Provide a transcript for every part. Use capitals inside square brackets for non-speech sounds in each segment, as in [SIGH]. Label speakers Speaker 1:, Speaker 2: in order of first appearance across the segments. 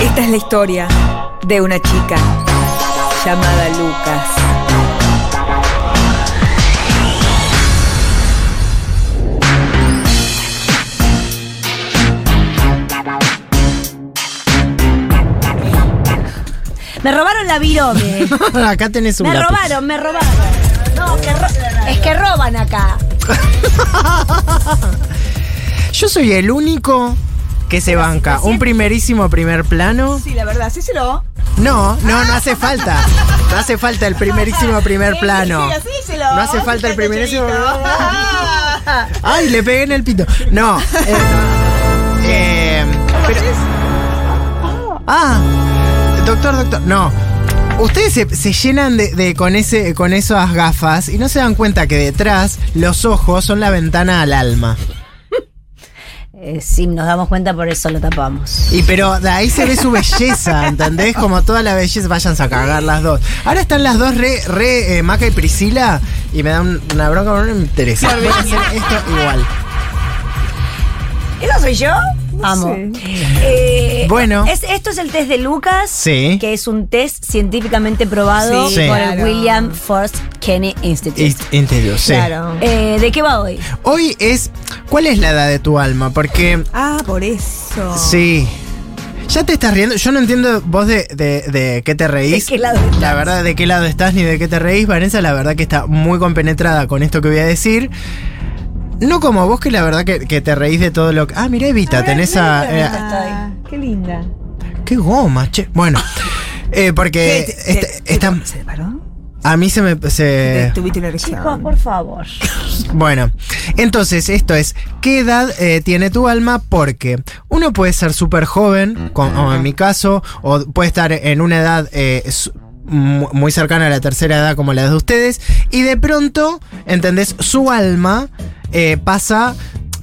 Speaker 1: Esta es la historia de una chica llamada Lucas.
Speaker 2: Me robaron la virome.
Speaker 3: Acá tenés [LAUGHS] un
Speaker 2: Me
Speaker 3: lápiz.
Speaker 2: robaron, me robaron. No, que ro- es que roban acá.
Speaker 3: Yo soy el único que se banca. Un primerísimo primer plano.
Speaker 1: Sí, la verdad, sí se lo.
Speaker 3: No, no, no hace falta. No hace falta
Speaker 2: [LAUGHS]
Speaker 3: el primerísimo primer plano. No hace falta el primerísimo.
Speaker 2: [LAUGHS]
Speaker 3: Ay, le pegué en el pito. No. eh, eh, pero- ah, doctor, doctor. No. Ustedes se, se llenan de, de- con ese con esas gafas y no se dan cuenta que detrás los ojos son la ventana al alma.
Speaker 2: Eh, sí, nos damos cuenta, por eso lo tapamos.
Speaker 3: Y pero de ahí se ve su belleza, ¿entendés? Como toda la belleza, vayan a cagar las dos. Ahora están las dos re, re eh, Maca y Priscila y me dan una bronca, no me interesa. Voy a hacer esto igual.
Speaker 2: ¿Eso soy yo? Amo. Eh,
Speaker 3: Bueno.
Speaker 2: es- esto es el test de Lucas,
Speaker 3: Sí.
Speaker 2: que es un test científicamente probado
Speaker 3: Sí,
Speaker 2: por
Speaker 1: claro.
Speaker 2: el William Forst Kennedy Institute.
Speaker 3: Y- Entiendo, sí.
Speaker 1: Claro.
Speaker 2: Eh, ¿De qué va hoy?
Speaker 3: Hoy es. ¿Cuál es la edad de tu alma? Porque.
Speaker 1: Ah, por
Speaker 4: Oh.
Speaker 1: eso.
Speaker 3: Sí. Ya te estás riendo. Yo no entiendo vos de, de- de qué te reís.
Speaker 2: ¿De qué lado estás?
Speaker 3: La verdad, de qué lado estás ni de qué te reís. Vanessa, la verdad que está muy compenetrada con esto que voy a decir. No como vos, que la verdad que, que te reís de todo lo que. Ah, mira, Evita, tenés a. eh,
Speaker 1: Ah, qué linda.
Speaker 3: qué goma, che. Bueno. eh, porque
Speaker 1: ¿Qué?
Speaker 3: esta-
Speaker 1: ¿Te- te-
Speaker 3: esta- Eh,
Speaker 1: ¿Se paró?
Speaker 3: a mí se me.
Speaker 1: Te-
Speaker 3: se-
Speaker 1: Tuviste una
Speaker 2: Chicos,
Speaker 1: erección.
Speaker 2: por favor.
Speaker 3: Bueno, entonces esto es, ¿qué edad eh, tiene tu alma? Porque uno puede ser súper joven, como en mi caso, o puede estar en una edad eh, su- mu- muy cercana a la tercera edad como la de ustedes, y de pronto, ¿entendés? Su alma eh, pasa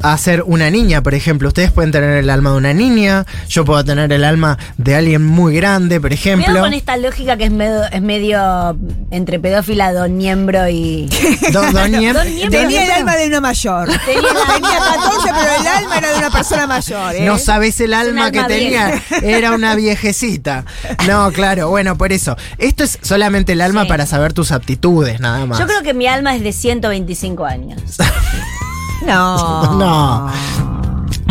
Speaker 3: a ser una niña, por ejemplo. Ustedes pueden tener el alma de una niña, yo puedo tener el alma de alguien muy grande, por
Speaker 2: Cuidado
Speaker 3: ejemplo.
Speaker 2: con esta lógica que es medio, es medio entre pedófila, don miembro y. [LAUGHS]
Speaker 3: Do- Don Niem-
Speaker 2: Don Niem-
Speaker 3: Don
Speaker 1: Tenía el
Speaker 3: Niem-
Speaker 1: alma de una mayor.
Speaker 2: Tenía el
Speaker 1: [LAUGHS]
Speaker 2: alma-
Speaker 1: Tenía 14, pero el alma era de una persona mayor. ¿eh?
Speaker 3: No sabes el alma,
Speaker 2: alma
Speaker 3: que tenía.
Speaker 2: [LAUGHS]
Speaker 3: Era una viejecita. No, claro, bueno, por eso. Esto es solamente el alma
Speaker 2: Sí.
Speaker 3: para saber tus aptitudes, nada más.
Speaker 2: Yo creo que mi alma es de 125 años.
Speaker 1: No.
Speaker 3: [LAUGHS] No.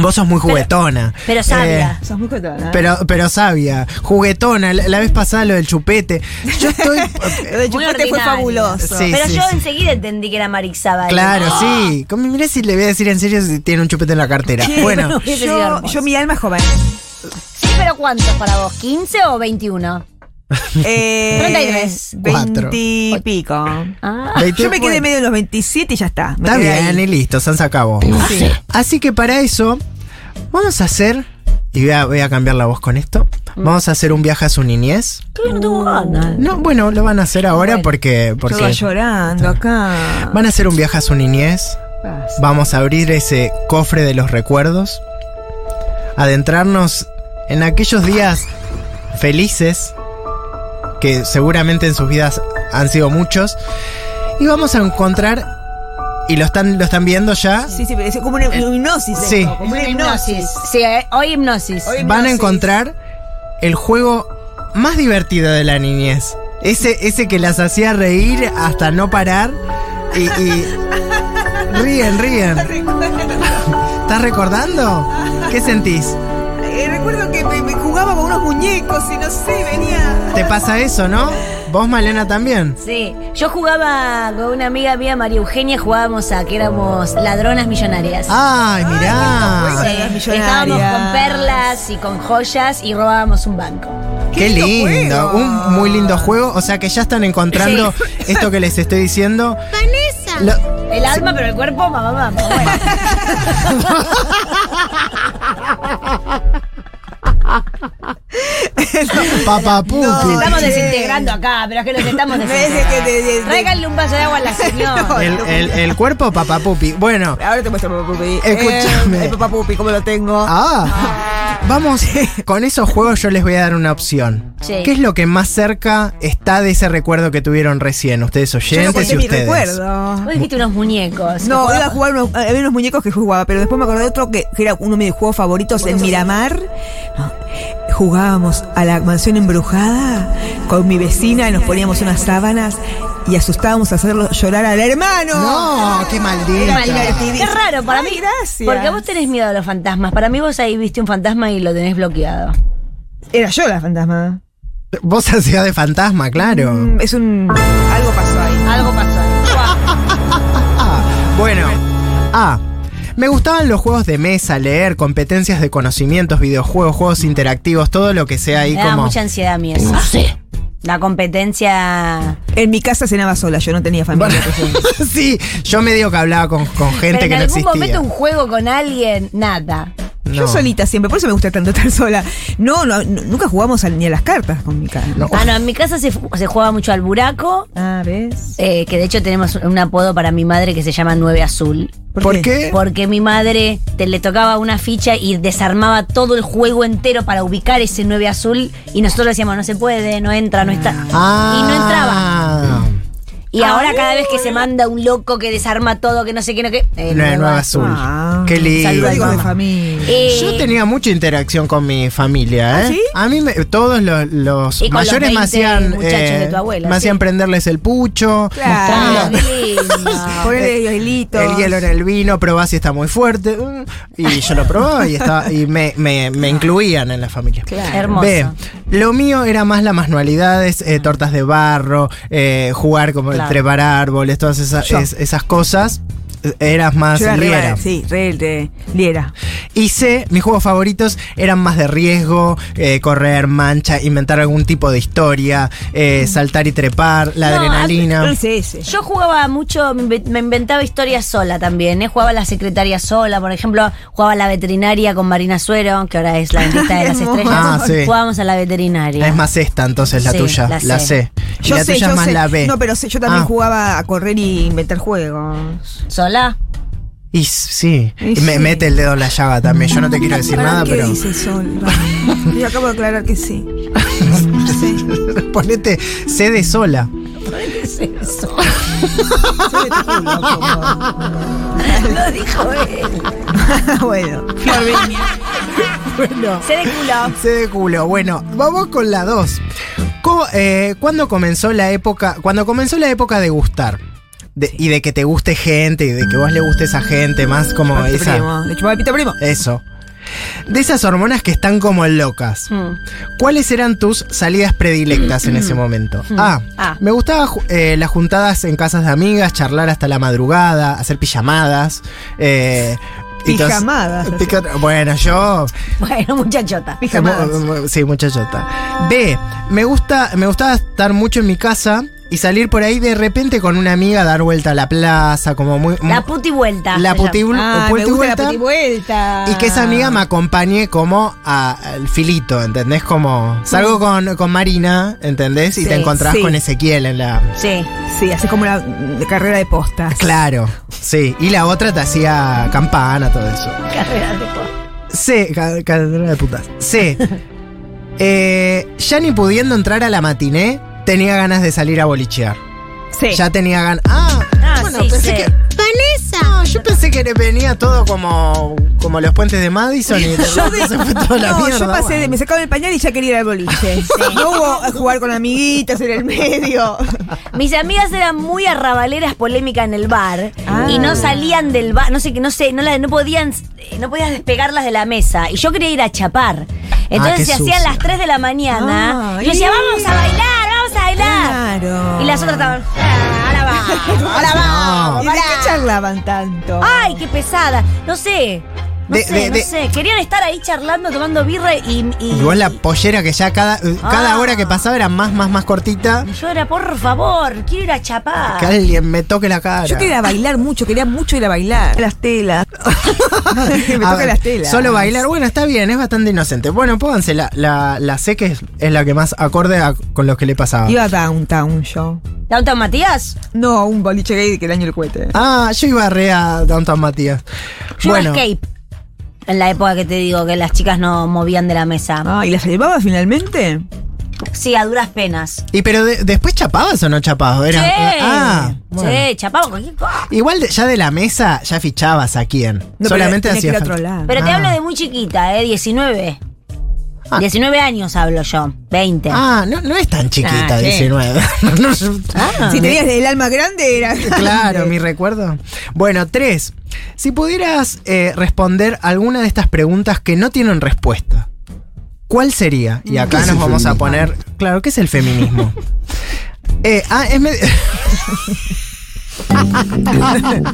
Speaker 3: Vos sos muy juguetona. Eh,
Speaker 2: pero sabia.
Speaker 1: Sos muy ¿eh? cotona.
Speaker 3: pero, pero sabia, juguetona. La, la vez pasada lo del chupete.
Speaker 2: [LAUGHS]
Speaker 3: Yo estoy. eh,
Speaker 1: Lo de Chupete
Speaker 2: Muy
Speaker 1: fue
Speaker 2: ordinaria.
Speaker 1: fabuloso.
Speaker 3: Sí,
Speaker 2: Pero
Speaker 3: sí,
Speaker 2: yo
Speaker 3: sí.
Speaker 2: enseguida entendí que era Marizabal.
Speaker 3: Claro, sí. Como, Mirá si le voy a decir en serio si tiene un chupete en la cartera.
Speaker 1: Che,
Speaker 2: [LAUGHS]
Speaker 3: Bueno,
Speaker 2: Hubiese
Speaker 1: [LAUGHS]
Speaker 2: sido
Speaker 1: yo,
Speaker 2: hermoso.
Speaker 1: yo mi alma es
Speaker 3: [LAUGHS]
Speaker 1: joven.
Speaker 2: Sí, pero ¿cuántos para vos? ¿15 o 21?
Speaker 1: Eh,
Speaker 2: 33.
Speaker 3: Cuatro.
Speaker 1: 20 y pico.
Speaker 2: Ah.
Speaker 1: Yo me quedé
Speaker 3: bueno.
Speaker 1: medio en los 27 y ya está. Me
Speaker 3: Está
Speaker 1: quedé ahí.
Speaker 3: bien, y listo, se han sacado. Ah, Así que para eso, vamos a hacer, y voy a, voy a cambiar la voz con esto,
Speaker 2: Mm.
Speaker 3: vamos a hacer un viaje a su niñez.
Speaker 2: Creo que no tengo ganas.
Speaker 3: No, bueno, lo van a hacer ahora porque...
Speaker 1: Todo
Speaker 3: porque
Speaker 1: llorando acá.
Speaker 3: van a hacer un viaje a su niñez, vamos a abrir ese cofre de los recuerdos, adentrarnos en aquellos días felices, que seguramente en sus vidas han sido muchos, y vamos a encontrar, y lo están, lo están viendo ya,
Speaker 1: Sí, sí, pero es como una hipnosis.
Speaker 3: Eh, Sí.
Speaker 1: esto, como una hipnosis.
Speaker 2: Sí, eh, hoy hipnosis.
Speaker 1: Hoy-
Speaker 3: van a
Speaker 1: Hipnosis.
Speaker 3: encontrar el juego más divertido de la niñez. Ese, ese que las hacía reír hasta no parar y... y- Ríen, ríen. ¿Estás recordando? ¿Qué sentís?
Speaker 1: Eh, recuerdo que me, me jugaba con unos muñecos y no sé, venía.
Speaker 3: ¿Te pasa eso, no? ¿Vos, Malena, también?
Speaker 2: Sí, yo jugaba con una amiga mía, María Eugenia, jugábamos a que éramos ladronas millonarias.
Speaker 3: ¡Ay, mirá!
Speaker 1: Ladronas
Speaker 2: estábamos
Speaker 1: millonarias.
Speaker 2: con perlas y con joyas y robábamos un banco.
Speaker 3: ¡Qué
Speaker 1: lindo
Speaker 3: lindo!
Speaker 1: juego.
Speaker 3: Un muy lindo juego. O sea que ya están encontrando esto que les estoy diciendo.
Speaker 2: ¡Vanessa!
Speaker 3: Lo-
Speaker 2: El alma, pero el cuerpo, mamá, mamá. Bueno.
Speaker 3: Papapupi.
Speaker 1: No,
Speaker 2: Estamos
Speaker 1: Che.
Speaker 2: desintegrando acá, pero es que nos estamos
Speaker 1: Me dice
Speaker 2: desintegrando.
Speaker 1: que de- de- de-
Speaker 2: Tráiganle un vaso de agua a la
Speaker 3: [LAUGHS]
Speaker 2: señora.
Speaker 3: El, el- el cuerpo papapupi. Bueno,
Speaker 1: Ahora te muestro Papá Pupi.
Speaker 3: Escúchame.
Speaker 1: Eh, el Papá Pupi, ¿cómo lo tengo?
Speaker 3: Ah, vamos, [LAUGHS] con esos juegos yo les voy a dar una opción.
Speaker 2: Sí.
Speaker 3: ¿Qué es lo que más cerca está de ese recuerdo que tuvieron recién? Ustedes
Speaker 1: Yo no
Speaker 3: oyentes
Speaker 1: conté
Speaker 3: y
Speaker 1: mi
Speaker 3: ustedes.
Speaker 1: recuerdo.
Speaker 2: Vos dijiste unos muñecos.
Speaker 1: No,
Speaker 2: Que
Speaker 1: iba a jugar unos, había unos muñecos que jugaba, pero después me acordé de otro que, que era uno de mis juegos favoritos en Miramar. No.
Speaker 4: Ah, Jugábamos a la mansión embrujada con mi vecina, nos poníamos unas sábanas y asustábamos a hacerlo llorar al hermano.
Speaker 3: No, qué
Speaker 2: Qué
Speaker 3: maldita.
Speaker 2: mal, Qué raro, para
Speaker 4: Ay,
Speaker 2: mí.
Speaker 4: gracias.
Speaker 2: Porque vos tenés miedo a los fantasmas. Para mí vos ahí viste un fantasma y lo tenés bloqueado.
Speaker 4: Era yo la fantasma.
Speaker 3: Vos hacías de fantasma, claro.
Speaker 4: Mm, Es un. Algo pasó ahí.
Speaker 2: Algo pasó.
Speaker 3: Bueno. A. Me gustaban los juegos de mesa, leer, competencias de conocimientos, videojuegos, juegos interactivos, todo lo que sea ahí
Speaker 2: Me da
Speaker 3: como. [LAUGHS]
Speaker 2: mucha ansiedad a mí eso. No sé. La competencia.
Speaker 4: En mi casa cenaba sola, yo no tenía familia. pues,
Speaker 3: [LAUGHS]
Speaker 4: entonces-
Speaker 3: sí, yo me digo que hablaba con, con gente
Speaker 2: Pero en
Speaker 3: que no
Speaker 2: algún
Speaker 3: existía.
Speaker 2: momento un juego con alguien, nada.
Speaker 3: No.
Speaker 4: Yo solita siempre, por eso me gusta tanto estar sola. No, no, no, nunca jugamos al- ni a las cartas con mi casa.
Speaker 3: No.
Speaker 2: Ah, no, en mi casa se, fu- se juega mucho al buraco.
Speaker 4: Ah, ¿ves?
Speaker 2: eh, que de hecho tenemos un apodo para mi madre que se llama Nueve Azul.
Speaker 3: ¿Por qué?
Speaker 2: Porque mi madre te, le tocaba una ficha y desarmaba todo el juego entero para ubicar ese 9 azul. Y nosotros decíamos, no se puede, no entra, no está.
Speaker 3: Ah.
Speaker 2: Y no entraba. Y ahora cada vez que se manda un loco que desarma todo, que no sé qué, no qué. eh,
Speaker 3: No,
Speaker 2: nuevo
Speaker 3: nueva azul.
Speaker 4: Ah.
Speaker 3: Qué lindo.
Speaker 2: Saludos,
Speaker 4: Códigos de
Speaker 2: mamá.
Speaker 4: familia.
Speaker 2: Eh, [LAUGHS]
Speaker 3: Yo tenía mucha interacción con mi familia, ¿eh?
Speaker 4: ¿Ah, sí?
Speaker 3: A mí me- todos los, los
Speaker 2: Y con los
Speaker 3: mayores
Speaker 2: 20
Speaker 3: me hacían, eh,
Speaker 2: muchachos de tu abuela,
Speaker 3: me
Speaker 2: sí.
Speaker 3: hacían prenderles el pucho,
Speaker 2: Ah,
Speaker 4: Claro.
Speaker 2: qué lindo.
Speaker 4: Ponerle hielito.
Speaker 3: el hielo en el vino, probá si está muy fuerte, mm, y yo lo probaba y estaba y me, me- me incluían en la familia.
Speaker 2: Hermoso.
Speaker 3: B. Lo mío era más las manualidades, eh, tortas de barro, eh, jugar como
Speaker 2: Claro.
Speaker 3: trepar árboles, todas esas,
Speaker 4: Yo.
Speaker 3: es- esas cosas. Eh, Eras más
Speaker 4: Yo era re-
Speaker 3: liera.
Speaker 4: Sí, re, re- liera.
Speaker 3: Y C, mis juegos favoritos eran más de riesgo, eh, correr, mancha, inventar algún tipo de historia, eh,
Speaker 4: Mm.
Speaker 3: saltar y trepar, la
Speaker 2: No,
Speaker 3: adrenalina.
Speaker 4: Es ese.
Speaker 2: Yo jugaba mucho, me inve- me inventaba historias sola también, ¿eh? jugaba la secretaria sola, por ejemplo, jugaba a la veterinaria con Marina Suero, que ahora
Speaker 3: [LAUGHS]
Speaker 2: es la dentista de las
Speaker 4: Hermoso.
Speaker 2: estrellas.
Speaker 3: Ah, sí.
Speaker 2: Jugábamos a la veterinaria.
Speaker 3: Es más esta entonces la
Speaker 2: Sí,
Speaker 3: tuya,
Speaker 2: la
Speaker 3: la,
Speaker 2: C.
Speaker 3: C. Y
Speaker 4: Yo
Speaker 3: la
Speaker 4: sé,
Speaker 3: tuya
Speaker 4: yo
Speaker 3: es más
Speaker 4: sé.
Speaker 3: la B.
Speaker 4: No, pero sé, yo también
Speaker 3: Ah,
Speaker 4: jugaba a correr y inventar juegos.
Speaker 3: [LAUGHS]
Speaker 2: ¿Sola?
Speaker 3: Y s- sí,
Speaker 4: Y
Speaker 3: Y me
Speaker 4: sí.
Speaker 3: mete el dedo en la llaga también. Yo no
Speaker 4: [LAUGHS]
Speaker 3: te quiero decir
Speaker 4: ¿Para
Speaker 3: nada,
Speaker 4: qué
Speaker 3: pero [LAUGHS]
Speaker 4: dice Sol? Yo acabo de aclarar que sí.
Speaker 3: ponete C de sola. [LAUGHS]
Speaker 2: Lo dijo él.
Speaker 4: bueno.
Speaker 3: Bueno.
Speaker 2: Se de
Speaker 3: [LAUGHS]
Speaker 2: culo.
Speaker 3: C de culo. Bueno, vamos con la 2. ¿Cuándo comenzó la época? Cuando comenzó la época de gustar. De- Y de que te guste gente y de que vos le gustes a gente, más como
Speaker 4: Pito
Speaker 3: esa.
Speaker 4: primo. Le chupaba el pito primo.
Speaker 3: Eso. De esas hormonas que están como locas. ¿Cuáles eran tus salidas predilectas en ese momento?
Speaker 4: Mm.
Speaker 3: A.
Speaker 2: Ah.
Speaker 3: Me gustaba ju- eh, las juntadas en casas de amigas, charlar hasta la madrugada, hacer pijamadas. eh, y todas-
Speaker 4: Pijamadas.
Speaker 3: Pica- bueno, yo
Speaker 2: Bueno, muchachota.
Speaker 4: Pijamadas.
Speaker 3: eh, mu- mu- Sí, muchachota. B. Me gusta, me gustaba estar mucho en mi casa y salir por ahí de repente con una amiga a dar vuelta a la plaza, como muy.
Speaker 2: La
Speaker 3: puta
Speaker 2: puti vuelta.
Speaker 3: La
Speaker 2: se llama.
Speaker 3: puti vuelta.
Speaker 4: Ah, me
Speaker 3: vuelta y
Speaker 4: gusta la
Speaker 3: vuelta.
Speaker 4: putivuelta.
Speaker 3: y que esa amiga me acompañe como a- al filito, ¿entendés? Como salgo con, con Marina, ¿entendés? Y
Speaker 2: Sí,
Speaker 3: te encontrás
Speaker 4: sí.
Speaker 3: con Ezequiel en la...
Speaker 2: Sí.
Speaker 4: Sí, hace como la mm, carrera de postas.
Speaker 3: Claro, sí. Y la otra te hacía campana, todo eso.
Speaker 2: carrera de po-
Speaker 3: C, ca- cadena de putas. C. Eh, ya ni pudiendo entrar a la matiné, tenía ganas de salir a bolichear.
Speaker 4: Sí.
Speaker 3: Ya tenía ganas. Ah,
Speaker 2: Ah,
Speaker 3: bueno,
Speaker 2: sí,
Speaker 3: pensé
Speaker 2: C.
Speaker 3: que. ¡Vanessa! No, yo pensé que le venía todo como, como los puentes de Madison y de
Speaker 4: Yo de-
Speaker 3: repente se fue toda la
Speaker 4: no,
Speaker 3: mierda.
Speaker 4: yo pasé, de-
Speaker 3: Bueno.
Speaker 4: me sacaron el pañal y ya quería ir al
Speaker 3: [LAUGHS]
Speaker 4: boliche. No hubo a jugar con amiguitas en el medio.
Speaker 2: Mis amigas eran muy arrabaleras polémica en el bar
Speaker 4: Ah.
Speaker 2: y no salían del bar, no sé qué, no sé, no, la- no podían eh, no podías despegarlas de la mesa y yo quería ir a chapar.
Speaker 3: Ah, qué
Speaker 2: Entonces se hacían
Speaker 3: sucia.
Speaker 2: las 3 de la mañana
Speaker 4: Ah,
Speaker 2: y yo decía,
Speaker 4: y-
Speaker 2: "Vamos a bailar, vamos a bailar."
Speaker 4: Claro.
Speaker 2: Y las otras estaban, "Ah, "Ahora
Speaker 3: [LAUGHS]
Speaker 2: vamos, ahora vamos."
Speaker 4: ¿Y de
Speaker 2: pará".
Speaker 4: qué charlaban tanto?
Speaker 2: Ay, qué pesada. No sé. No
Speaker 3: De-
Speaker 2: sé,
Speaker 3: de-
Speaker 2: no
Speaker 3: de-
Speaker 2: sé. Querían estar ahí charlando, tomando birra y. y-
Speaker 3: Y vos la pollera que ya cada, cada
Speaker 2: Ah.
Speaker 3: hora que pasaba era más, más, más cortita.
Speaker 2: y yo era, por favor, quiero ir a chapar.
Speaker 3: Que alguien me toque la cara.
Speaker 4: Yo quería bailar mucho, quería mucho ir a bailar. Las [LAUGHS] telas. [LAUGHS] me
Speaker 3: [LAUGHS] A
Speaker 4: toca
Speaker 3: ver,
Speaker 4: las telas.
Speaker 3: Solo bailar, bueno, está bien, es bastante inocente. Bueno, pónganse, la, la, la sé que es, es la que más acorde a- con lo que le pasaba.
Speaker 4: Iba a Downtown yo.
Speaker 2: ¿Downtown Matías?
Speaker 4: No, un boliche gay que el año el cohete.
Speaker 3: Ah, yo iba re a Downtown Matías.
Speaker 2: Yo
Speaker 3: bueno,
Speaker 2: era escape. En la época que te digo que las chicas no movían de la mesa.
Speaker 4: Ah, ¿y las llevaba finalmente?
Speaker 2: Sí, a duras penas.
Speaker 3: y pero de- después chapabas o no chapabas? Era,
Speaker 2: sí,
Speaker 3: ah, bueno.
Speaker 2: sí, chapamos cualquier cosa.
Speaker 3: Igual de- ya de la mesa ya fichabas a quién.
Speaker 4: No,
Speaker 3: Solamente
Speaker 4: pero tenía que ir
Speaker 3: hacía
Speaker 4: a otro
Speaker 3: falta-
Speaker 4: lado.
Speaker 2: Pero te
Speaker 3: Ah.
Speaker 2: hablo de muy chiquita, ¿eh? 19.
Speaker 3: Ah.
Speaker 2: 19 años hablo yo, 20.
Speaker 3: Ah, no, no es tan chiquita,
Speaker 2: Ah, sí.
Speaker 3: 19. [LAUGHS] No, yo-
Speaker 2: Ah.
Speaker 4: Si tenías el alma grande,
Speaker 3: [LAUGHS]
Speaker 4: era.
Speaker 3: Claro, mi recuerdo. Bueno, tres. Si pudieras eh, responder alguna de estas preguntas que no tienen respuesta, ¿cuál sería? Y acá
Speaker 5: Mm. es
Speaker 3: nos
Speaker 5: el
Speaker 3: vamos a
Speaker 5: feminismo?
Speaker 3: poner. Claro, ¿qué es
Speaker 5: [LAUGHS]
Speaker 3: el feminismo? Eh, ah, es med-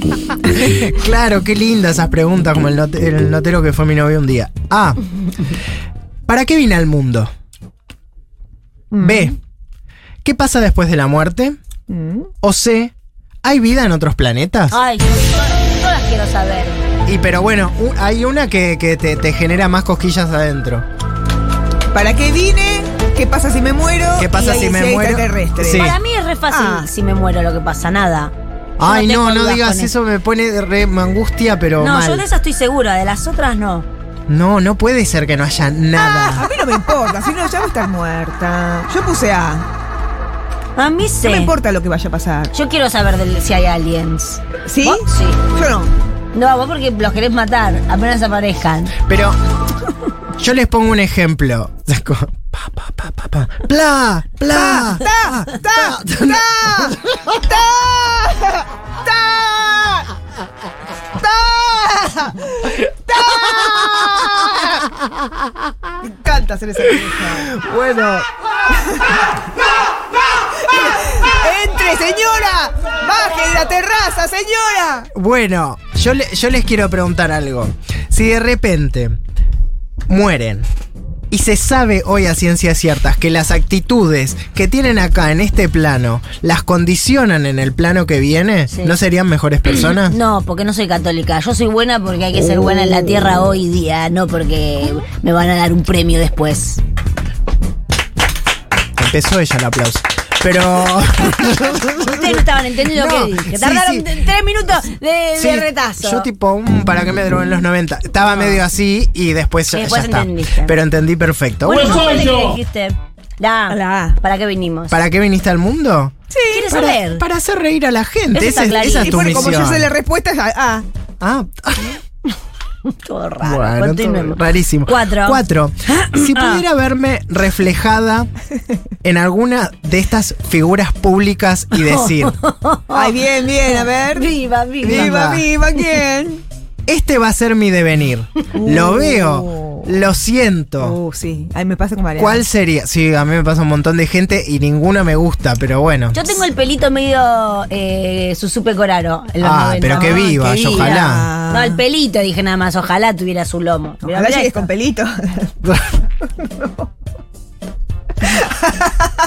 Speaker 3: [LAUGHS] claro, qué linda esas preguntas, como el, not- el notero que fue mi novio un día. A. ¿Para qué vine al mundo?
Speaker 5: Mm.
Speaker 3: B. ¿Qué pasa después de la muerte?
Speaker 4: Mm.
Speaker 3: O C. ¿Hay vida en otros planetas?
Speaker 2: Ay, yo todas quiero saber.
Speaker 3: Y pero bueno, u- hay una que, que te, te genera más cosquillas adentro.
Speaker 4: ¿Para qué vine? ¿Qué pasa si me muero?
Speaker 3: ¿Qué pasa
Speaker 4: Y
Speaker 3: si me
Speaker 4: hay
Speaker 3: muero?
Speaker 4: extraterrestres.
Speaker 3: Sí.
Speaker 2: Para mí es re fácil
Speaker 4: Ah.
Speaker 2: si me muero lo que pasa, nada. Yo
Speaker 3: Ay,
Speaker 2: tengo
Speaker 3: no, no
Speaker 2: dudas
Speaker 3: digas
Speaker 2: con
Speaker 3: eso, me pone re me angustia, pero
Speaker 2: No,
Speaker 3: mal.
Speaker 2: yo de esa estoy segura, de las otras no.
Speaker 3: No, no puede ser que no haya nada.
Speaker 4: A mí no me importa, si no, ya voy a estar muerta. Yo puse A.
Speaker 2: A mí
Speaker 4: No me
Speaker 2: sé.
Speaker 4: importa lo que vaya a pasar.
Speaker 2: yo quiero saber del- si hay aliens.
Speaker 4: ¿Sí?
Speaker 2: ¿Vos? Sí.
Speaker 4: Yo no.
Speaker 2: No, vos porque los querés matar, apenas aparezcan.
Speaker 3: Pero yo les pongo un ejemplo. [LAUGHS] Saco, Pa, pa, pa, pa, pa. Pla, pla.
Speaker 4: ¡Ta! ¡Ta! ¡Ta! ¡Ta! ¡Ta! ¡Ta! ¡Ta! Me encanta hacer esa cosa.
Speaker 3: Bueno,
Speaker 4: ¡Entre, señora! ¡Baje de la terraza, señora!
Speaker 3: bueno, yo, le- yo les quiero preguntar algo. Si de repente mueren y se sabe hoy a ciencias ciertas que las actitudes que tienen acá en este plano las condicionan en el plano que viene,
Speaker 2: Sí.
Speaker 3: ¿no serían mejores personas?
Speaker 2: No, porque no soy católica. Yo soy buena porque hay que ser buena en la tierra
Speaker 3: Oh.
Speaker 2: hoy día, no porque me van a dar un premio después.
Speaker 3: Empezó ella el aplauso. Pero.
Speaker 2: Ustedes no estaban entendiendo
Speaker 3: No,
Speaker 2: lo que dije.
Speaker 3: sí,
Speaker 2: Tardaron
Speaker 3: sí.
Speaker 2: t- tres minutos de, de
Speaker 3: Sí,
Speaker 2: retazo.
Speaker 3: Yo tipo, mm, ¿para qué me drogó en los 90? Estaba medio así y después, ya-
Speaker 2: Y Ah. después
Speaker 3: ya está.
Speaker 2: entendiste.
Speaker 3: Pero entendí perfecto.
Speaker 2: Bueno,
Speaker 3: Bueno,
Speaker 2: ¿vos cuál es que dijiste? La A.
Speaker 4: La A.
Speaker 2: ¿Para qué vinimos?
Speaker 3: ¿para qué viniste al mundo?
Speaker 2: ¿Quieres
Speaker 3: Para,
Speaker 2: saber?
Speaker 3: [LAUGHS] para hacer reír a la gente.
Speaker 2: Eso está
Speaker 3: Esa, es-
Speaker 2: clarísimo.
Speaker 3: esa es
Speaker 4: Y
Speaker 3: tu
Speaker 4: bueno, como
Speaker 3: misión.
Speaker 4: yo sé la respuesta, es A. A.
Speaker 3: Ah,
Speaker 2: Todo raro.
Speaker 3: bueno, todo
Speaker 2: Continuemos.
Speaker 3: rarísimo.
Speaker 2: Cuatro. [GASPS] Ah.
Speaker 3: Cuatro. Si pudiera verme reflejada en alguna de estas figuras públicas
Speaker 2: [LAUGHS]
Speaker 3: y decir,
Speaker 4: Ay, bien, bien, a ver.
Speaker 2: Viva, viva.
Speaker 4: Viva,
Speaker 3: Anda.
Speaker 4: viva, ¿quién?
Speaker 3: este va a ser mi devenir.
Speaker 2: Uh.
Speaker 3: Lo veo, lo siento.
Speaker 4: Uh, sí. Ay, me pasa con Mariana.
Speaker 3: ¿Cuál sería? Sí, a mí me pasa un montón de gente y ninguna me gusta, pero bueno. [LAUGHS]
Speaker 2: Yo tengo el pelito medio eh, Susupe Coraro. en los
Speaker 3: Ah,
Speaker 2: 90.
Speaker 3: pero qué
Speaker 4: Ay,
Speaker 3: viva,
Speaker 4: qué
Speaker 3: yo
Speaker 4: viva.
Speaker 3: ojalá.
Speaker 2: No, el pelito, dije nada más. Ojalá tuviera su lomo. Pero
Speaker 4: Ojalá
Speaker 2: mirá
Speaker 4: llegues
Speaker 2: esto.
Speaker 4: con
Speaker 3: [LAUGHS]
Speaker 4: pelito.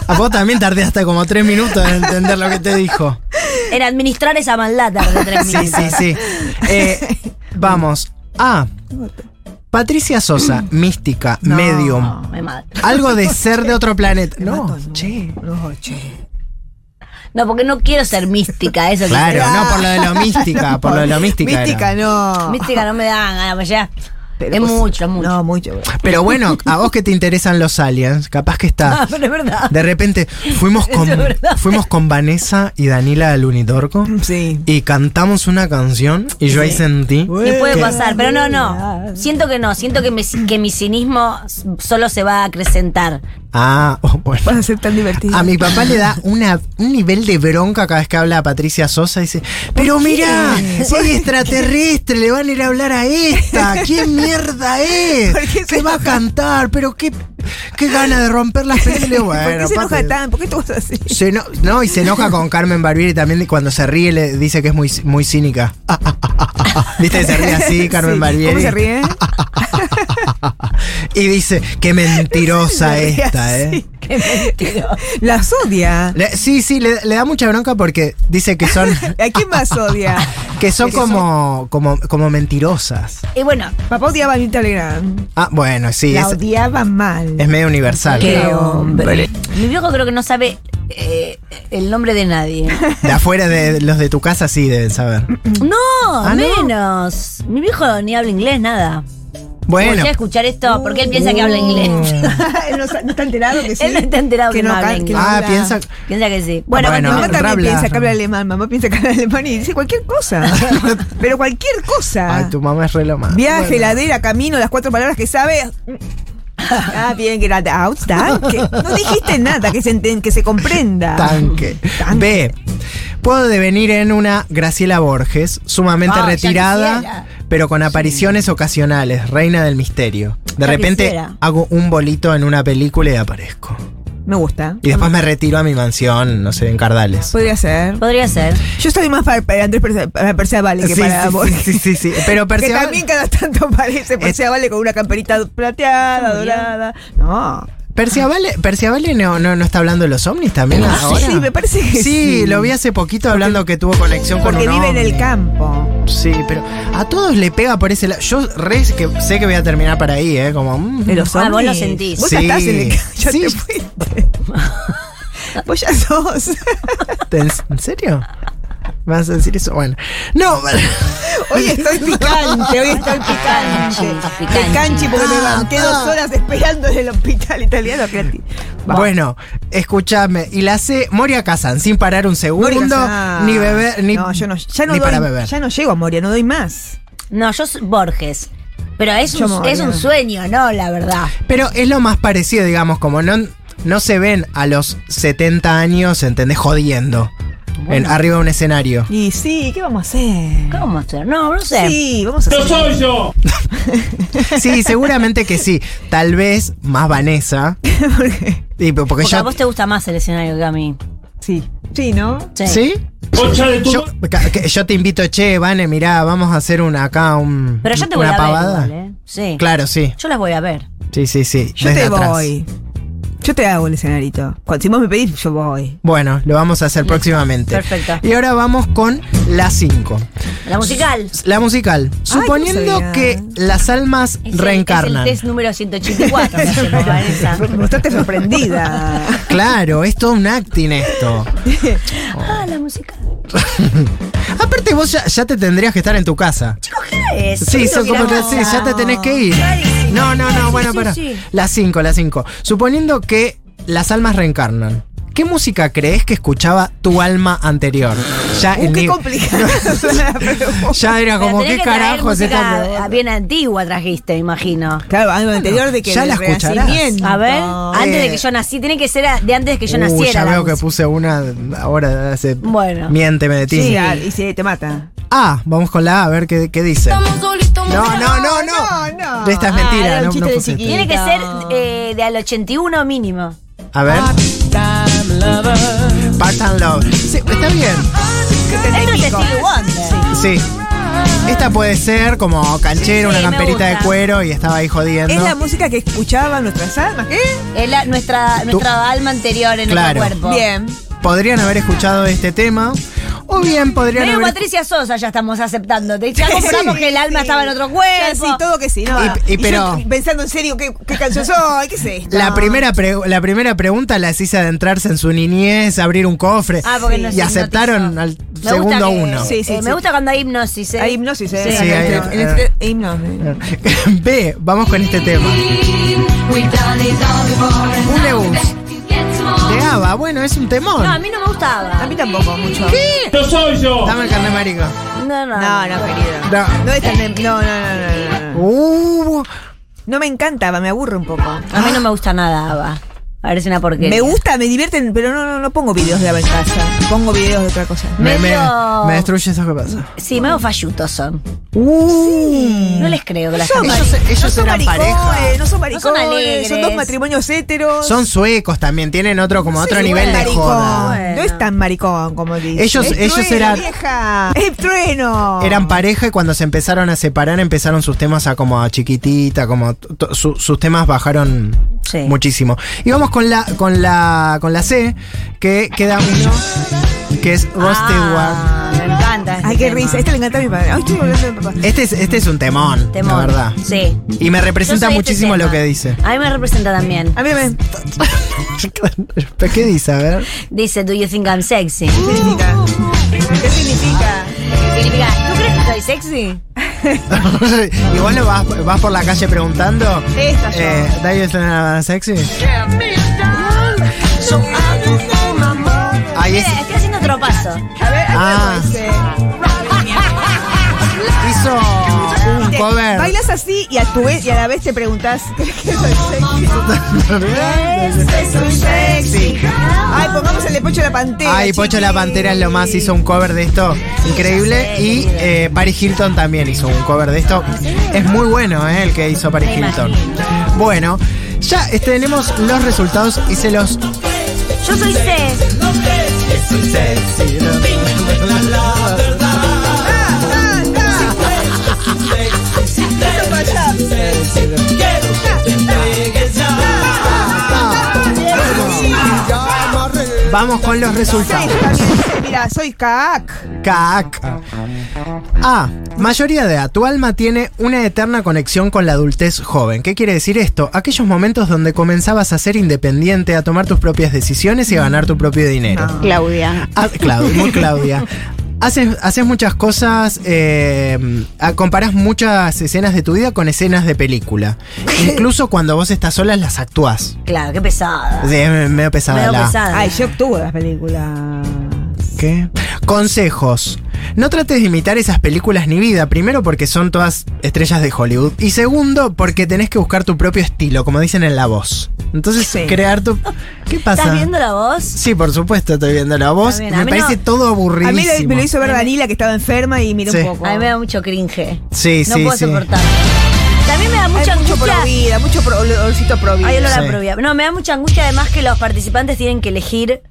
Speaker 3: A vos también tardé hasta como tres minutos en entender lo que te dijo.
Speaker 2: En administrar esa maldad tardé tres
Speaker 3: [LAUGHS] Sí,
Speaker 2: minutos.
Speaker 3: sí, sí. Eh, vamos. A. Patricia Sosa, mística,
Speaker 4: No.
Speaker 3: medium.
Speaker 2: No, me mata.
Speaker 3: Algo de ser de otro planeta. No,
Speaker 4: Mató,
Speaker 3: che.
Speaker 4: No, che.
Speaker 2: No, porque no quiero ser mística, eso sí.
Speaker 3: Claro, no por
Speaker 4: [LAUGHS]
Speaker 3: lo de lo mística, Ah, por lo de lo mística. era.
Speaker 4: Mística, no.
Speaker 2: Mística no me dan ganas, pues ya.
Speaker 4: Pero
Speaker 2: es
Speaker 4: vos-
Speaker 2: mucho, mucho.
Speaker 4: No, mucho. [LAUGHS]
Speaker 3: Pero bueno, a vos que te interesan los aliens, capaz que está.
Speaker 2: Ah, [LAUGHS] pero es verdad.
Speaker 3: De repente fuimos con,
Speaker 2: Es verdad.
Speaker 3: fuimos con Vanessa y Danila al Unitorco
Speaker 4: Sí.
Speaker 3: y cantamos una canción y yo ahí sentí.
Speaker 2: Que puede
Speaker 3: ¿Qué?
Speaker 2: pasar, pero no, no. Siento que no, siento que, me- que mi cinismo s- solo se va a acrecentar.
Speaker 3: Ah, [LAUGHS] oh,
Speaker 4: Vas
Speaker 3: bueno.
Speaker 4: a ser tan divertido.
Speaker 3: A mi papá le da una, un nivel de bronca cada vez que habla a Patricia Sosa. Dice, pero mirá, si hay extraterrestre, le van a ir a hablar a esta. ¿Qué mierda es?
Speaker 4: ¿Por qué
Speaker 3: se
Speaker 4: se
Speaker 3: va a cantar, pero qué, qué gana de romper las pelotas.
Speaker 4: ¿Por qué
Speaker 3: Bueno,
Speaker 4: se enoja
Speaker 3: Pati,
Speaker 4: tan? ¿Por qué tú vas así?
Speaker 3: Se eno- no, y se enoja con Carmen Barbieri también y cuando se ríe le dice que es muy, muy cínica. [LAUGHS] Ah, ah, ah, ah, ah. ¿Viste? Se ríe así,
Speaker 4: [LAUGHS]
Speaker 3: Carmen
Speaker 4: Sí.
Speaker 3: Barbieri.
Speaker 4: ¿Cómo se
Speaker 3: [LAUGHS]
Speaker 4: ríe?
Speaker 3: Y dice, qué mentirosa
Speaker 4: [LAUGHS] Se ríe
Speaker 3: esta, ¿eh?
Speaker 4: así. Las odia.
Speaker 3: Le- sí, sí, le, le da mucha bronca porque dice que son,
Speaker 4: [LAUGHS] ¿A quién más
Speaker 3: [LAUGHS]
Speaker 4: odia?
Speaker 3: que son como, como, como mentirosas.
Speaker 2: Y bueno,
Speaker 4: Papá odiaba a mi Telegram.
Speaker 3: Ah, bueno, sí,
Speaker 4: La
Speaker 3: es,
Speaker 4: odiaba mal.
Speaker 3: es medio universal.
Speaker 2: qué hombre. Mi viejo creo que no sabe eh, el nombre de nadie.
Speaker 3: De afuera de los de tu casa sí deben saber.
Speaker 2: No,
Speaker 3: Ah, ¿no?
Speaker 2: menos. Mi viejo ni habla inglés, nada.
Speaker 3: Bueno, Uh.
Speaker 2: Voy a escuchar esto porque él piensa que habla inglés.
Speaker 4: [LAUGHS] Él no, sa- no está enterado que sí.
Speaker 2: Él no está enterado que no habla
Speaker 4: can-
Speaker 2: inglés.
Speaker 3: ah,
Speaker 4: habla.
Speaker 3: piensa...
Speaker 2: Piensa que sí.
Speaker 4: Bueno,
Speaker 2: Bueno,
Speaker 3: Bueno,
Speaker 4: mamá también
Speaker 3: Rabla.
Speaker 4: piensa que habla alemán, mamá piensa que habla alemán y dice cualquier
Speaker 3: [LAUGHS]
Speaker 4: cosa. Pero cualquier cosa.
Speaker 3: Ay, tu mamá es re lo más. [LAUGHS]
Speaker 4: Viaje, heladera, camino, las cuatro palabras que sabe. Ah, bien, que era que No dijiste nada, que se, enten- que se comprenda.
Speaker 3: Tanque. B. Puedo devenir en una Graciela Borges, sumamente
Speaker 2: Ah, ya
Speaker 3: retirada,
Speaker 2: quisiera.
Speaker 3: pero con apariciones ocasionales, reina del misterio. De
Speaker 2: Ya
Speaker 3: repente
Speaker 2: quisiera.
Speaker 3: hago un bolito en una película y aparezco.
Speaker 4: Me gusta.
Speaker 3: Y después me retiro a mi mansión, no sé, en Cardales.
Speaker 4: Podría ser.
Speaker 2: Podría ser.
Speaker 4: Yo soy más para, para Andrés Perse- para Perciabale que
Speaker 3: Sí,
Speaker 4: para
Speaker 3: sí,
Speaker 4: vos.
Speaker 3: sí, sí, sí, sí.
Speaker 4: [LAUGHS]
Speaker 3: Pero
Speaker 4: Que
Speaker 3: Percival- Eh,
Speaker 4: también cada tanto parece Perciabale con una camperita plateada, dorada. No.
Speaker 3: Perciabale, Perciabale no, no, no está hablando de los ovnis también
Speaker 4: Ah,
Speaker 3: ahora.
Speaker 4: sí, me parece que sí.
Speaker 3: lo vi hace poquito hablando que tuvo conexión con
Speaker 4: Porque
Speaker 3: un
Speaker 4: vive en el
Speaker 3: ovni.
Speaker 4: campo.
Speaker 3: Sí, pero a todos le pega por ese lado. Yo re que sé que voy a terminar para ahí, ¿eh? Como. mm,
Speaker 4: De los
Speaker 2: Ah, vos
Speaker 4: ovnis.
Speaker 2: lo sentís.
Speaker 4: Vos ya
Speaker 3: Sí.
Speaker 4: estás en el campo. Ya
Speaker 3: Sí.
Speaker 4: te fuiste. Vos ya
Speaker 3: [LAUGHS]
Speaker 4: sos.
Speaker 3: ¿En en serio? ¿Me vas a decir eso? Bueno. No,
Speaker 4: Hoy estoy picante, hoy estoy picante.
Speaker 2: Picanchi,
Speaker 4: Picante,
Speaker 2: picanchi.
Speaker 4: porque me
Speaker 3: Ah,
Speaker 4: levanté
Speaker 3: ah.
Speaker 4: dos horas esperando en el hospital italiano gratis.
Speaker 3: Bueno, escúchame. Y la C, Moria Kazan, sin parar un segundo, ni beber, ni.
Speaker 4: No, yo no, ya no
Speaker 3: ni
Speaker 4: doy,
Speaker 3: para beber.
Speaker 4: Ya no llego a Moria, no doy más.
Speaker 2: No, yo soy Borges. Pero es
Speaker 4: Yo
Speaker 2: un,
Speaker 4: me
Speaker 2: es un
Speaker 4: moría.
Speaker 2: sueño, ¿no? La verdad.
Speaker 3: Pero es lo más parecido, digamos, como no, no se ven a los 70 años, ¿entendés? Jodiendo. En, arriba de un escenario.
Speaker 4: Y sí, ¿qué vamos a hacer?
Speaker 2: ¿Cómo hacer? No, no sé.
Speaker 4: Sí, vamos a hacer. [LAUGHS]
Speaker 3: Sí, seguramente que sí. Tal vez más Vanessa. Y po- porque
Speaker 2: Porque
Speaker 3: ya.
Speaker 2: a vos te gusta más el escenario que a mí.
Speaker 4: Sí. Sí, ¿no?
Speaker 2: Sí.
Speaker 3: ¿Sí? Yo, ca- que- yo te invito, che, Vane, mirá, vamos a hacer una acá, un,
Speaker 2: Pero yo te voy
Speaker 3: una
Speaker 2: a
Speaker 3: pavada.
Speaker 2: ver. Igual, ¿eh? Sí.
Speaker 3: Claro, sí.
Speaker 2: Yo las voy a ver.
Speaker 3: Sí, sí, sí.
Speaker 4: Yo
Speaker 3: desde
Speaker 4: te
Speaker 3: atrás.
Speaker 4: voy. Yo te hago el escenarito. Cuando, si vos me pedís, yo voy.
Speaker 3: Bueno, lo vamos a hacer próximamente.
Speaker 2: perfecto.
Speaker 3: Y ahora vamos con la 5.
Speaker 2: La musical.
Speaker 3: La musical.
Speaker 4: no
Speaker 3: Suponiendo
Speaker 4: sabía.
Speaker 3: que las almas
Speaker 2: Es el-
Speaker 3: reencarnan.
Speaker 2: es el test número
Speaker 3: [LAUGHS]
Speaker 2: 184. me llamó Vanessa.
Speaker 4: Me mostraste sorprendida.
Speaker 3: Claro, es todo un acting esto.
Speaker 2: Ah, la musical.
Speaker 3: Aparte vos ya, ya te tendrías que estar en tu casa.
Speaker 2: Chicos, ¿qué es?
Speaker 3: Sí,
Speaker 2: Eso
Speaker 3: son como que
Speaker 2: mirá,
Speaker 3: sí, ya te tenés que ir.
Speaker 2: Clarísimo.
Speaker 3: No, no, no,
Speaker 2: Sí,
Speaker 3: bueno,
Speaker 2: sí,
Speaker 3: para.
Speaker 2: sí.
Speaker 3: Las 5, las 5. Suponiendo que las almas reencarnan. ¿Qué música crees que escuchaba tu alma anterior? Ya
Speaker 4: Uh,
Speaker 3: el
Speaker 4: qué
Speaker 3: nivel-
Speaker 4: complicado.
Speaker 3: [LAUGHS] Ya era
Speaker 2: Pero
Speaker 3: como
Speaker 2: tenés
Speaker 3: qué
Speaker 2: que traer
Speaker 3: carajo se
Speaker 2: música
Speaker 3: está
Speaker 2: Bien antigua trajiste, imagino.
Speaker 4: Claro, algo anterior de que
Speaker 3: ya
Speaker 4: del
Speaker 3: la escucharás.
Speaker 4: renacimiento.
Speaker 2: A ver, antes de
Speaker 3: Eh.
Speaker 2: que yo nací, tiene que ser a- de antes de que yo
Speaker 3: Uh,
Speaker 2: naciera.
Speaker 3: ya
Speaker 2: la
Speaker 3: veo que
Speaker 2: música.
Speaker 3: puse una ahora hace
Speaker 2: Bueno.
Speaker 3: miénteme de ti.
Speaker 4: Sí, ah, y se te mata.
Speaker 3: Ah, vamos con la A, a ver qué, qué dice. No, no, no, no.
Speaker 4: No, no.
Speaker 3: De estas
Speaker 4: Ah,
Speaker 3: mentiras,
Speaker 4: era un
Speaker 3: no,
Speaker 4: chiste
Speaker 3: no
Speaker 4: de
Speaker 3: puse
Speaker 4: chiquilín.
Speaker 2: Tiene que ser eh, de al 81 mínimo.
Speaker 3: esto. A ver. Part-time Love. Sí, está bien.
Speaker 2: Esto es Stevie Wonder.
Speaker 3: Sí. Esta puede ser como canchero,
Speaker 2: Sí,
Speaker 3: una
Speaker 2: me
Speaker 3: camperita de
Speaker 2: gusta.
Speaker 3: cuero y estaba ahí jodiendo.
Speaker 4: Es la música que escuchaban nuestras almas, ¿qué?
Speaker 2: Es la- nuestra, nuestra alma anterior en
Speaker 3: Claro.
Speaker 2: nuestro cuerpo.
Speaker 4: Bien.
Speaker 3: Podrían haber escuchado este tema. O bien podrían
Speaker 2: Medio
Speaker 3: haber.
Speaker 2: Patricia Sosa ya estamos aceptando. Te ya
Speaker 4: Sí,
Speaker 2: compramos que el alma
Speaker 4: sí.
Speaker 2: estaba en otro
Speaker 4: Ya,
Speaker 2: cuerpo.
Speaker 4: sí, todo que sí, ¿no?
Speaker 3: Y- y pero-
Speaker 4: yo pensando en serio, ¿qué, qué canción soy? ¿Qué es esto?
Speaker 3: La primera, pregu- la primera pregunta las hice adentrarse en su niñez, abrir un cofre.
Speaker 2: Ah, porque nos
Speaker 3: y aceptaron
Speaker 2: hipnotizó.
Speaker 3: al
Speaker 2: Me gusta
Speaker 3: segundo
Speaker 2: que-
Speaker 3: uno. [LAUGHS]
Speaker 4: Sí, sí,
Speaker 2: eh,
Speaker 4: sí.
Speaker 2: Me gusta cuando hay hipnosis. ¿eh?
Speaker 4: Hay hipnosis, ¿eh?
Speaker 3: Sí, hay-
Speaker 4: En el- en el- hipnosis.
Speaker 3: B, vamos con este tema. Uleus. De Ava, bueno, es un temón.
Speaker 2: No, a mí no me gustaba.
Speaker 4: A mí tampoco mucho.
Speaker 3: Dame el carnet marico.
Speaker 2: No, no.
Speaker 4: No, no, querido.
Speaker 3: No.
Speaker 4: No, es tan- no, no, no, no, no, no.
Speaker 3: Uh,
Speaker 4: No me encanta, me aburre un poco.
Speaker 2: A mí no me gusta nada, Ava. A ver si una porquería.
Speaker 4: Me gusta, me divierten, pero no, no, no pongo videos de la casa. Pongo videos de otra cosa.
Speaker 3: me, me,
Speaker 2: Medio-
Speaker 3: me destruye eso que pasa.
Speaker 2: Sí, medio fallutos son.
Speaker 3: Uh,
Speaker 2: No les creo que la
Speaker 4: son
Speaker 2: gente.
Speaker 4: mari-
Speaker 3: Ellos- ellos
Speaker 4: no son
Speaker 3: eran
Speaker 4: maricones,
Speaker 3: pareja.
Speaker 4: No son
Speaker 2: No son
Speaker 4: maricones, son dos
Speaker 2: alegres.
Speaker 4: matrimonios héteros.
Speaker 3: son suecos también, tienen otro como otro
Speaker 4: Sí,
Speaker 3: nivel
Speaker 4: bueno,
Speaker 3: de
Speaker 4: maricón.
Speaker 3: joda.
Speaker 2: Bueno.
Speaker 4: No es tan maricón como dice.
Speaker 3: Ellos-
Speaker 4: Es
Speaker 3: ellos
Speaker 4: trueno,
Speaker 3: eran-
Speaker 4: Vieja. ¡Es trueno!
Speaker 3: Eran pareja y cuando se empezaron a separar empezaron sus temas a como a chiquitita, como t- t- su- sus temas bajaron
Speaker 2: Sí.
Speaker 3: muchísimo. Y vamos con la con la con la C que queda uno que es Ross Stewart.
Speaker 2: Ah, Me encanta. este
Speaker 4: Ay, qué
Speaker 2: tema.
Speaker 4: risa. Este le encanta a mi padre. Ay, estoy volviendo a mi papá.
Speaker 3: Este es este es un temón,
Speaker 2: Temón.
Speaker 3: la verdad.
Speaker 2: Sí.
Speaker 3: Y me
Speaker 2: Yo
Speaker 3: representa
Speaker 2: soy este
Speaker 3: muchísimo
Speaker 2: tema.
Speaker 3: lo que dice. [LAUGHS]
Speaker 2: A mí me representa también.
Speaker 4: A mí me.
Speaker 3: ¿Pero qué dice? A ver. [LAUGHS]
Speaker 2: Dice, ¿Do you think I'm sexy?
Speaker 4: ¿Qué significa? ¿Qué significa?
Speaker 2: Significa, ¿tú crees que soy sexy?
Speaker 3: Igual lo vas, vas por la calle preguntando.
Speaker 4: Esta yo.
Speaker 3: Eh, ¿Dayo es una sexy? Ahí es.
Speaker 2: Mira, estoy haciendo otro paso.
Speaker 4: A ver,
Speaker 3: Ah.
Speaker 4: ¿qué dice?
Speaker 3: hizo un
Speaker 4: Te-
Speaker 3: cover.
Speaker 4: Bailas así y a, tu vez, y a la vez te preguntás [LAUGHS] ¿crees que soy sexy?
Speaker 3: [LAUGHS]
Speaker 2: Este
Speaker 3: sexy.
Speaker 4: Ay, pongamos el de Pocho la Pantera.
Speaker 3: Ay, Pocho la
Speaker 4: chiqui.
Speaker 3: Pantera es lo más, hizo un cover de esto increíble. Y eh, Paris Hilton también hizo un cover de esto. Es muy bueno eh, el que hizo Paris Hilton. Bueno, ya eh, tenemos los resultados y se los.
Speaker 2: Yo soy C.
Speaker 4: Ah, ah. Eso pa' allá.
Speaker 3: Ah, Vamos con los
Speaker 4: Sí,
Speaker 3: resultados.
Speaker 4: también dice, Mira, soy cac.
Speaker 3: Cac. A. Mayoría de A. Tu alma tiene una eterna conexión con la adultez joven. ¿Qué quiere decir esto? Aquellos momentos donde comenzabas a ser independiente, a tomar tus propias decisiones y a ganar tu propio dinero.
Speaker 5: Claudia.
Speaker 3: Ah, Claudia, muy Claudia. Haces, haces muchas cosas, eh, ah, comparás muchas escenas de tu vida con escenas de
Speaker 2: [LAUGHS]
Speaker 3: película. Incluso cuando vos estás sola las actuás.
Speaker 2: Claro, qué pesada.
Speaker 3: Sí, Es medio pesada
Speaker 2: Medio
Speaker 3: la A.
Speaker 2: pesada.
Speaker 4: Ay, yo obtuve las películas.
Speaker 3: ¿Qué? Consejos. No trates de imitar esas películas ni vida, primero porque son todas estrellas de Hollywood y segundo porque tenés que buscar tu propio estilo, como dicen en la voz. Entonces,
Speaker 4: Sí.
Speaker 2: [LAUGHS]
Speaker 3: crear tu... ¿Qué pasa?
Speaker 2: ¿Estás viendo la voz?
Speaker 3: Sí, por supuesto, estoy viendo la voz.
Speaker 2: Está bien, a
Speaker 3: Me
Speaker 2: mí
Speaker 3: parece
Speaker 2: no-
Speaker 3: todo
Speaker 4: A
Speaker 3: aburridísimo.
Speaker 4: mí lo- me lo hizo ver Danila, que estaba enferma, y miré
Speaker 3: Sí.
Speaker 4: un poco.
Speaker 2: A mí me da mucho cringe.
Speaker 3: Sí,
Speaker 2: no
Speaker 3: sí,
Speaker 2: puedo
Speaker 3: sí.
Speaker 2: soportar. También me da mucha
Speaker 4: Hay mucho
Speaker 2: angustia.
Speaker 4: pro vida, mucho pro, olorcito pro vida.
Speaker 2: Ay, olor a
Speaker 3: Sí.
Speaker 2: probia. No, me da mucha angustia además que los participantes tienen que elegir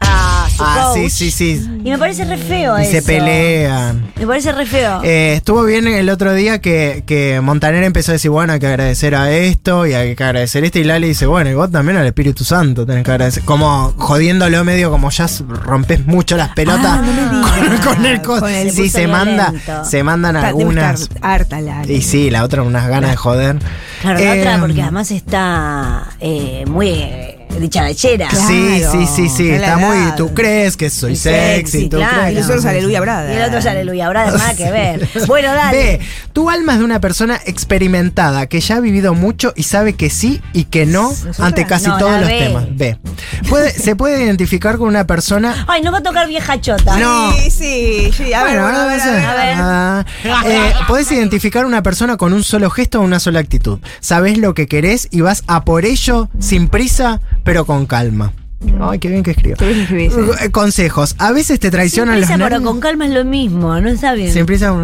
Speaker 2: a su
Speaker 3: Ah, sí,
Speaker 2: coach.
Speaker 3: sí, sí.
Speaker 2: Y me parece re feo
Speaker 3: Y
Speaker 2: eso.
Speaker 3: se pelean.
Speaker 2: Me parece re feo.
Speaker 3: Eh, estuvo bien el otro día que, que Montaner empezó a decir, bueno, hay que agradecer a esto y hay que agradecer a este. Y Lali dice, bueno, y vos también al Espíritu Santo tenés que agradecer. Como jodiéndolo medio, como ya s- rompes mucho las pelotas
Speaker 4: Ah, no me
Speaker 3: con,
Speaker 4: digas.
Speaker 3: con el coso.
Speaker 4: Con el
Speaker 3: Sí,
Speaker 2: puto
Speaker 3: se, manda,
Speaker 2: violento.
Speaker 3: se mandan
Speaker 4: Está- debe
Speaker 3: algunas.
Speaker 4: estar harta la.
Speaker 3: Y sí, la otra unas ganas de joder.
Speaker 2: claro, la
Speaker 3: Eh,
Speaker 2: otra, porque además está eh, muy eh, dicharachera.
Speaker 4: Claro.
Speaker 3: Sí, sí, sí, sí.
Speaker 4: está la
Speaker 3: Está muy,
Speaker 4: edad.
Speaker 3: tú crees que soy
Speaker 2: Y sexy,
Speaker 3: sexy, tú
Speaker 2: claro.
Speaker 3: crees.
Speaker 4: Y nosotros,
Speaker 2: No,
Speaker 4: aleluya, brada.
Speaker 2: Y el otro ya aleluya, ahora nada
Speaker 3: [LAUGHS]
Speaker 2: que ver. Bueno,
Speaker 3: B.
Speaker 2: dale.
Speaker 3: Tu alma es de una persona experimentada que ya ha vivido mucho y sabe que sí y que no
Speaker 4: ¿Nosotras?
Speaker 3: ante casi
Speaker 2: No, la
Speaker 3: todos los
Speaker 2: B.
Speaker 3: temas. B. Puede- se puede identificar con una persona.
Speaker 2: Ay, no va a tocar vieja chota.
Speaker 3: No.
Speaker 4: Sí, sí, sí. A ver,
Speaker 3: Bueno,
Speaker 4: bueno, a ver, a
Speaker 3: no sé.
Speaker 4: ver, a ver.
Speaker 3: Ah, eh, podés identificar una persona con un solo gesto o una sola actitud. Sabés lo que querés y vas a por ello sin prisa, pero con calma. Ay, qué bien que escribo.
Speaker 5: Qué bien escribís, eh.
Speaker 3: Eh, Consejos. A veces te
Speaker 2: Sin
Speaker 3: traicionan los
Speaker 2: prisa, pero
Speaker 3: nervios.
Speaker 2: con calma es lo mismo, no está bien.
Speaker 3: Sin prisa.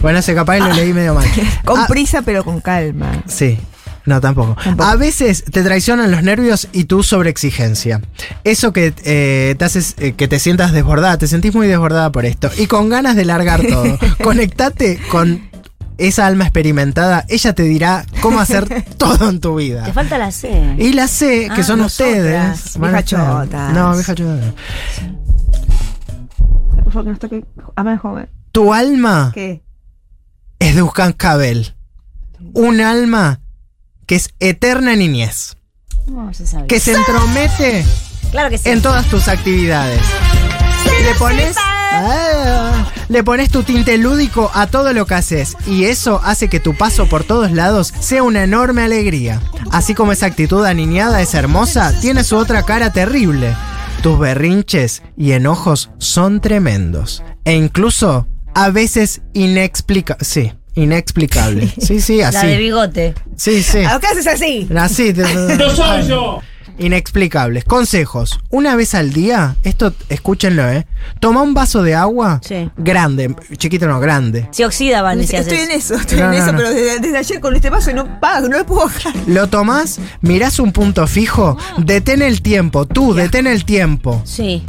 Speaker 3: Bueno, se capaz lo leí medio mal.
Speaker 4: Con
Speaker 3: Ah,
Speaker 4: prisa, pero con calma.
Speaker 3: Sí. No, tampoco. A veces te traicionan los nervios y tu sobreexigencia. Eso que eh, te haces eh, que te sientas desbordada, te sentís muy desbordada por esto. Y con ganas de largar todo. Conectate con esa alma experimentada. Ella te dirá cómo hacer todo en tu
Speaker 2: Te
Speaker 3: vida.
Speaker 2: falta la C.
Speaker 3: Y la C, que
Speaker 2: Ah,
Speaker 3: son
Speaker 2: nosotras,
Speaker 3: ustedes. van a
Speaker 4: viejas
Speaker 3: estar.
Speaker 4: chotas.
Speaker 3: No, vieja chota.
Speaker 4: Por favor, que nos toque. Ama de joven.
Speaker 3: Tu alma
Speaker 4: ¿Qué?
Speaker 3: es de Uscan Cabel. Un alma que es eterna niñez.
Speaker 2: No, se sabe.
Speaker 3: Que se entromete.
Speaker 2: Claro que sí.
Speaker 3: en todas tus actividades. Y le pones. Ah, le pones tu tinte lúdico a todo lo que haces y eso hace que tu paso por todos lados sea una enorme alegría. Así como esa actitud aniñada es hermosa, tiene su otra cara terrible. Tus berrinches y enojos son tremendos e incluso a veces inexplica sí, inexplicable. Sí, sí,
Speaker 2: la de Ah.
Speaker 3: así.
Speaker 2: bigote.
Speaker 3: Sí, sí.
Speaker 4: Acá haces así.
Speaker 3: Así. ¡No soy yo! Inexplicables. Consejos. Una vez al día, esto escúchenlo, ¿eh? Toma un vaso de agua.
Speaker 2: Sí.
Speaker 3: Grande. Chiquito no, grande.
Speaker 2: Se oxida, Van, si haces.
Speaker 4: Estoy en eso, estoy
Speaker 3: No,
Speaker 4: en
Speaker 3: no,
Speaker 4: eso,
Speaker 3: no.
Speaker 4: pero desde, desde ayer con este paso no pago, no lo puedo bajar.
Speaker 3: Lo tomás, mirás un punto fijo, detén el tiempo, tú detén el tiempo.
Speaker 2: Sí.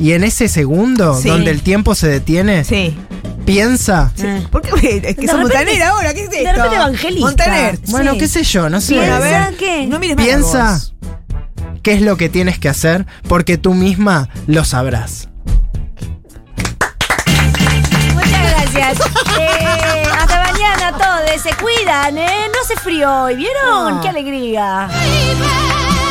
Speaker 3: Y en ese segundo,
Speaker 4: Sí.
Speaker 3: donde el tiempo se detiene,
Speaker 4: Sí.
Speaker 3: piensa.
Speaker 2: Eh.
Speaker 4: ¿Por qué? Es que
Speaker 2: De
Speaker 4: sos
Speaker 2: repente-
Speaker 4: Montaner ahora, ¿qué es
Speaker 2: de
Speaker 4: esto?
Speaker 2: repente evangelista.
Speaker 4: Montaner.
Speaker 3: Bueno,
Speaker 2: Sí.
Speaker 3: qué sé yo, no sé.
Speaker 4: Bueno, a
Speaker 2: Piensa
Speaker 4: ver,
Speaker 2: que-
Speaker 4: No mires más la
Speaker 3: Piensa
Speaker 4: voz.
Speaker 3: qué es lo que tienes que hacer porque tú misma lo sabrás.
Speaker 2: Muchas gracias. Eh, hasta mañana todos. Se cuidan, ¿eh? No hace frío hoy, ¿vieron? ¡Qué alegría!
Speaker 6: baby.